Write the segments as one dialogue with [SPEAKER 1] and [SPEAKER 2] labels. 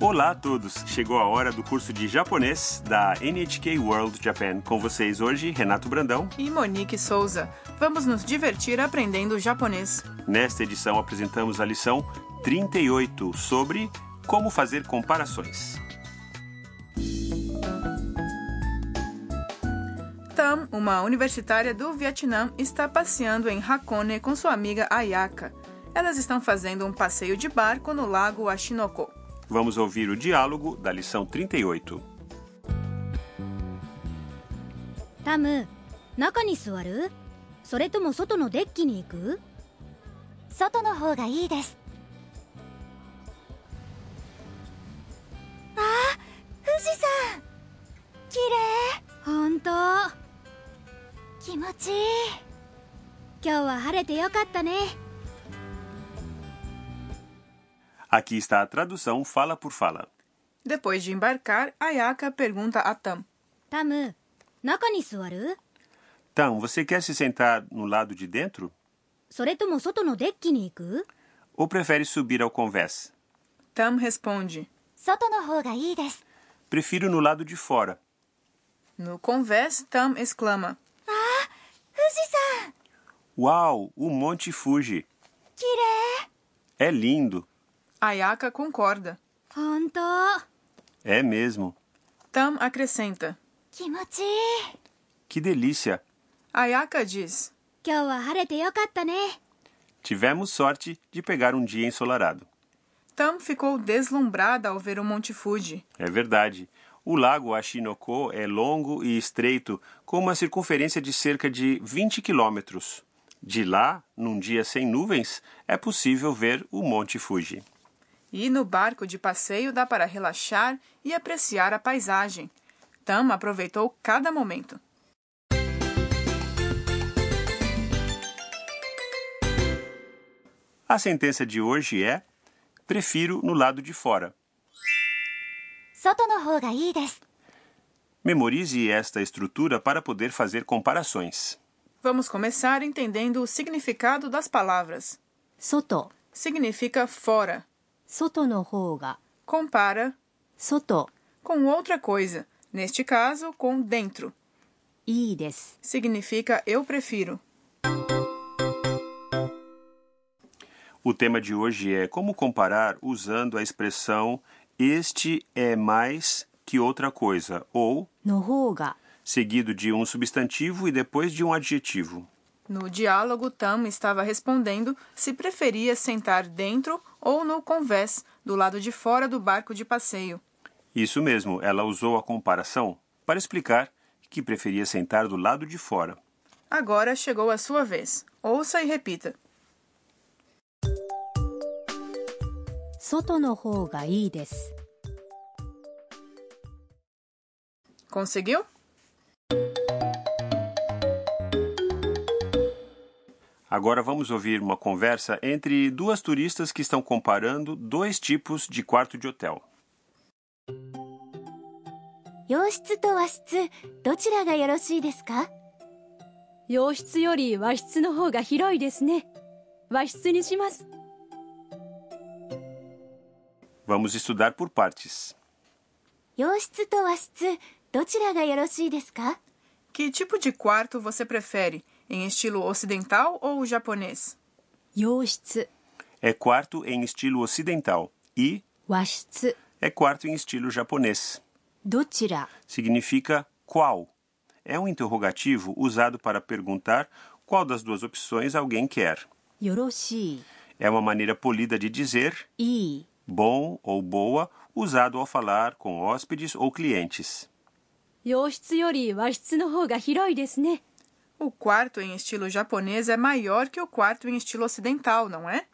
[SPEAKER 1] Olá a todos! Chegou a hora do curso de japonês da NHK World Japan. Com vocês hoje, Renato Brandão.
[SPEAKER 2] E Monique Souza. Vamos nos divertir aprendendo japonês.
[SPEAKER 1] Nesta edição, apresentamos a lição 38 sobre como fazer comparações.
[SPEAKER 2] Tam, uma universitária do Vietnã, está passeando em Hakone com sua amiga Ayaka. Elas estão fazendo um passeio de barco no lago Ashinoko.
[SPEAKER 1] Vamos ouvir o diálogo da lição 38.
[SPEAKER 3] タム中に座るそれとも外のデッキに行く
[SPEAKER 4] 外の方がいいですあー富士山綺
[SPEAKER 3] 本当
[SPEAKER 4] 麗気
[SPEAKER 3] 今
[SPEAKER 4] 持ちいい
[SPEAKER 3] 日は晴れてよかったね
[SPEAKER 1] Aqui está a tradução fala por fala.
[SPEAKER 2] Depois de embarcar, Ayaka pergunta a Tam.
[SPEAKER 3] タム中に座る
[SPEAKER 1] Então, você quer se sentar no lado de dentro?
[SPEAKER 3] それとも外のデッキに行く
[SPEAKER 1] Ou prefere subir ao convés?
[SPEAKER 2] Tam responde.
[SPEAKER 4] 外の方がいいです
[SPEAKER 1] Prefiro no lado de fora.
[SPEAKER 2] No convés, Tam exclama.
[SPEAKER 4] 富士山
[SPEAKER 1] Uau, o Monte Fuji!
[SPEAKER 4] 綺麗
[SPEAKER 1] É lindo!
[SPEAKER 2] Ayaka concorda.
[SPEAKER 3] 本当
[SPEAKER 1] É mesmo!
[SPEAKER 2] Tam acrescenta.
[SPEAKER 4] 気持ちいい
[SPEAKER 1] Que delícia!
[SPEAKER 2] Ayaka diz.
[SPEAKER 3] 今日は晴れてよかったね
[SPEAKER 1] Tivemos sorte de pegar um dia ensolarado.
[SPEAKER 2] Tam ficou deslumbrada ao ver o Monte Fuji.
[SPEAKER 1] É verdade. O lago Ashinoko é longo e estreito, com uma circunferência de cerca de 20 quilômetros. De lá, num dia sem nuvens, é possível ver o Monte Fuji.
[SPEAKER 2] E no barco de passeio dá para relaxar e apreciar a paisagem. Tam aproveitou cada momento.
[SPEAKER 1] A sentença de hoje é: prefiro no lado de fora.
[SPEAKER 4] 外の方がいいです
[SPEAKER 1] Memorize esta estrutura para poder fazer comparações.
[SPEAKER 2] Vamos começar entendendo o significado das palavras.
[SPEAKER 5] 外
[SPEAKER 2] Significa fora.
[SPEAKER 5] 外の方が
[SPEAKER 2] Compara
[SPEAKER 5] 外
[SPEAKER 2] com outra coisa, neste caso, com dentro.
[SPEAKER 5] いいです
[SPEAKER 2] Significa eu prefiro.
[SPEAKER 1] O tema de hoje é como comparar usando a expressão este é mais que outra coisa ou
[SPEAKER 5] の方が
[SPEAKER 1] seguido de um substantivo e depois de um adjetivo.
[SPEAKER 2] No diálogo, Tam estava respondendo se preferia sentar dentro ou no convés, do lado de fora do barco de passeio.
[SPEAKER 1] Isso mesmo, ela usou a comparação para explicar que preferia sentar do lado de fora.
[SPEAKER 2] Agora chegou a sua vez. Ouça e repita.
[SPEAKER 5] 外の方がいいです
[SPEAKER 2] Conseguiu?
[SPEAKER 1] Agora vamos ouvir uma conversa entre duas turistas que estão comparando dois tipos de quarto de hotel.
[SPEAKER 4] 洋室と和室どちらがよろしいですか
[SPEAKER 3] 洋室より和室の方が広いですね和室にします
[SPEAKER 1] Vamos estudar por partes.
[SPEAKER 4] 洋室と和室どちらがよろしいですか
[SPEAKER 2] Que tipo de quarto você prefere? Em estilo ocidental ou japonês?
[SPEAKER 5] 洋室
[SPEAKER 1] É quarto em estilo ocidental e
[SPEAKER 5] 和室
[SPEAKER 1] é quarto em estilo japonês.
[SPEAKER 5] どちら
[SPEAKER 1] significa qual. É um interrogativo usado para perguntar qual das duas opções alguém quer.
[SPEAKER 5] よろしい
[SPEAKER 1] É uma maneira polida de dizer
[SPEAKER 5] いい
[SPEAKER 1] bom ou boa, usado ao falar com hóspedes ou clientes.
[SPEAKER 3] 洋室より和室の方が広いですね
[SPEAKER 2] O quarto em estilo japonês é maior que o quarto em estilo ocidental, não é?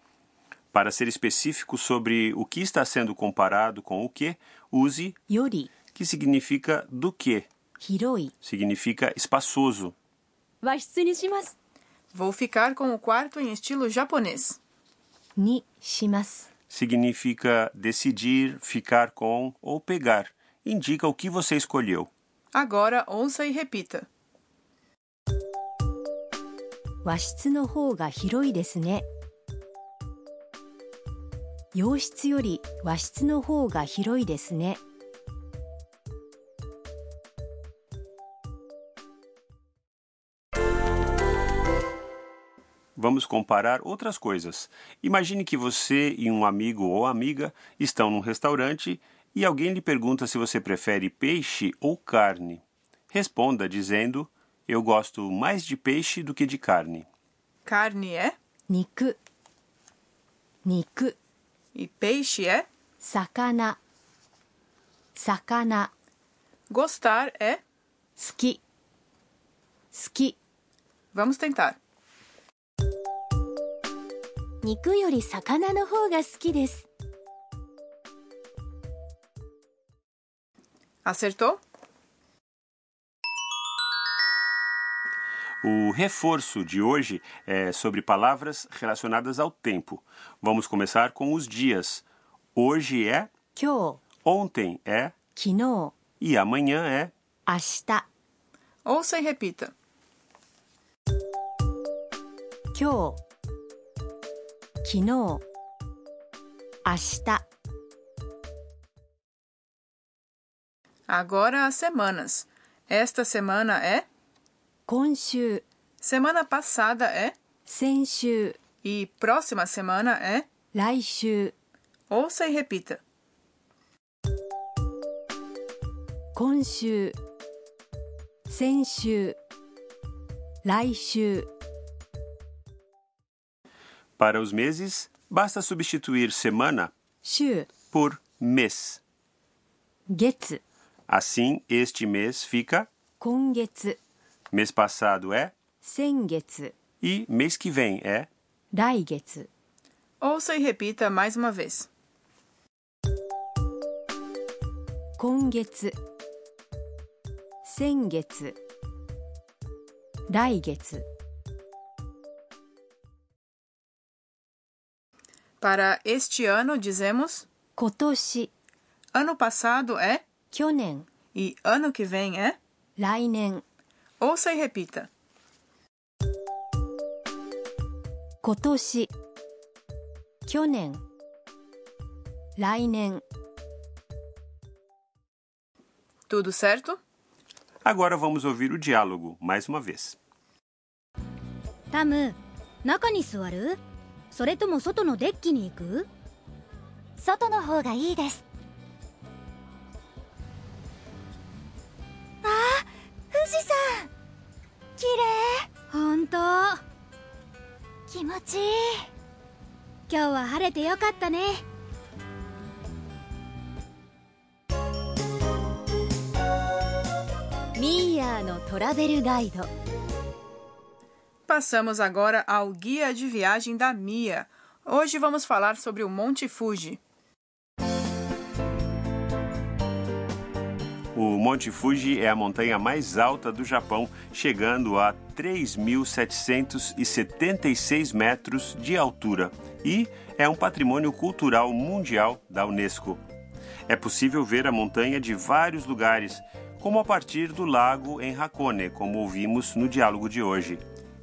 [SPEAKER 1] Para ser específico sobre o que está sendo comparado com o que, use
[SPEAKER 5] より
[SPEAKER 1] que significa do que,
[SPEAKER 5] 広い
[SPEAKER 1] significa espaçoso.
[SPEAKER 3] 和室にします
[SPEAKER 2] Vou ficar com o quarto em estilo japonês.
[SPEAKER 5] にします
[SPEAKER 1] Significa decidir, ficar com ou pegar. Indica o que você escolheu.
[SPEAKER 2] Agora ouça e repita.
[SPEAKER 5] 和室の方が広いですね洋室より和室の方が広いですね
[SPEAKER 1] Vamos comparar outras coisas. Imagine que você e um amigo ou amiga estão num restaurante e alguém lhe pergunta se você prefere peixe ou carne. Responda dizendo: Eu gosto mais de peixe do que de carne.
[SPEAKER 2] Carne é
[SPEAKER 5] 肉肉
[SPEAKER 2] e peixe é.
[SPEAKER 5] 魚魚
[SPEAKER 2] Gostar é.
[SPEAKER 5] 好き好き
[SPEAKER 2] Vamos tentar.
[SPEAKER 4] 肉より魚の方が好きです。
[SPEAKER 2] Acertou?
[SPEAKER 1] O reforço de hoje é sobre palavras relacionadas ao tempo. Vamos começar com os dias. Hoje é,
[SPEAKER 5] 今
[SPEAKER 1] ontem é
[SPEAKER 5] 日昨日明
[SPEAKER 1] e amanhã é.
[SPEAKER 5] 日
[SPEAKER 2] Ouça e repita.
[SPEAKER 5] 今日昨日明日
[SPEAKER 2] Agora as semanas. Esta semana é.
[SPEAKER 5] 今週
[SPEAKER 2] Semana passada é.
[SPEAKER 5] 先週
[SPEAKER 2] E próxima semana é.
[SPEAKER 5] 来週
[SPEAKER 2] Ouça e repita.
[SPEAKER 5] 今週先週来週
[SPEAKER 1] Para os meses, basta substituir semana
[SPEAKER 5] 週
[SPEAKER 1] por mês.
[SPEAKER 5] 月
[SPEAKER 1] Assim, este mês fica
[SPEAKER 5] 今月
[SPEAKER 1] mês passado é
[SPEAKER 5] 先月
[SPEAKER 1] e mês que vem é.
[SPEAKER 5] 来月
[SPEAKER 2] Ouça e repita mais uma vez.
[SPEAKER 5] 今月先月来月
[SPEAKER 2] Para este ano dizemos
[SPEAKER 5] 今年
[SPEAKER 2] ano passado é
[SPEAKER 5] 去年
[SPEAKER 2] e ano que vem é.
[SPEAKER 5] 来年
[SPEAKER 2] Ouça e repita.
[SPEAKER 5] 今年去年来年
[SPEAKER 2] Tudo certo?
[SPEAKER 1] Agora vamos ouvir o diálogo mais uma vez.
[SPEAKER 3] タム中に座るそれとも外のデッキに行く
[SPEAKER 4] 外の方がいいです。あー、富士山綺麗
[SPEAKER 3] 本当今
[SPEAKER 4] 気持ちいい。
[SPEAKER 3] 日は晴れてよかったね
[SPEAKER 5] ミーヤーのトラベルガイド
[SPEAKER 2] Passamos agora ao guia de viagem da Mia. Hoje vamos falar sobre o Monte Fuji.
[SPEAKER 1] O Monte Fuji é a montanha mais alta do Japão, chegando a 3.776 metros de altura e é um patrimônio cultural mundial da Unesco. É possível ver a montanha de vários lugares, como a partir do lago em Hakone, como ouvimos no diálogo de hoje.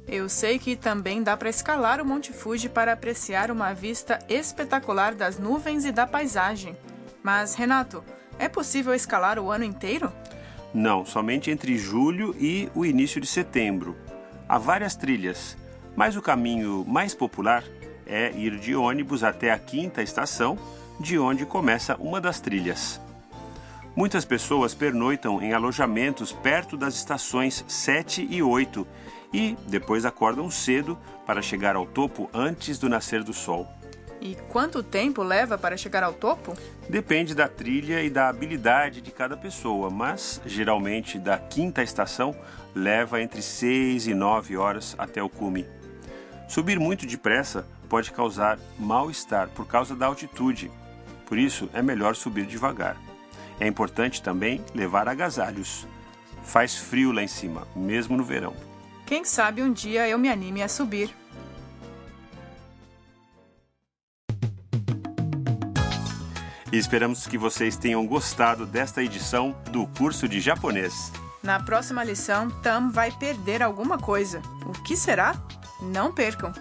[SPEAKER 2] Eu sei que também dá para escalar o Monte Fuji para apreciar uma vista espetacular das nuvens e da paisagem. Mas, Renato, é possível escalar o ano inteiro?
[SPEAKER 1] Não, somente entre julho e o início de setembro. Há várias trilhas, mas o caminho mais popular é ir de ônibus até a quinta estação, de onde começa uma das trilhas. Muitas pessoas pernoitam em alojamentos perto das estações 7 e 8 e depois acordam cedo para chegar ao topo antes do nascer do sol.
[SPEAKER 2] E quanto tempo leva para chegar ao topo?
[SPEAKER 1] Depende da trilha e da habilidade de cada pessoa, mas geralmente da quinta estação leva entre 6 e 9 horas até o cume. Subir muito depressa pode causar mal-estar por causa da altitude, por isso é melhor subir devagar. É importante também levar agasalhos. Faz frio lá em cima, mesmo no verão.
[SPEAKER 2] Quem sabe um dia eu me anime a subir.
[SPEAKER 1] E esperamos que vocês tenham gostado desta edição do curso de japonês.
[SPEAKER 2] Na próxima lição, Tam vai perder alguma coisa. O que será? Não percam!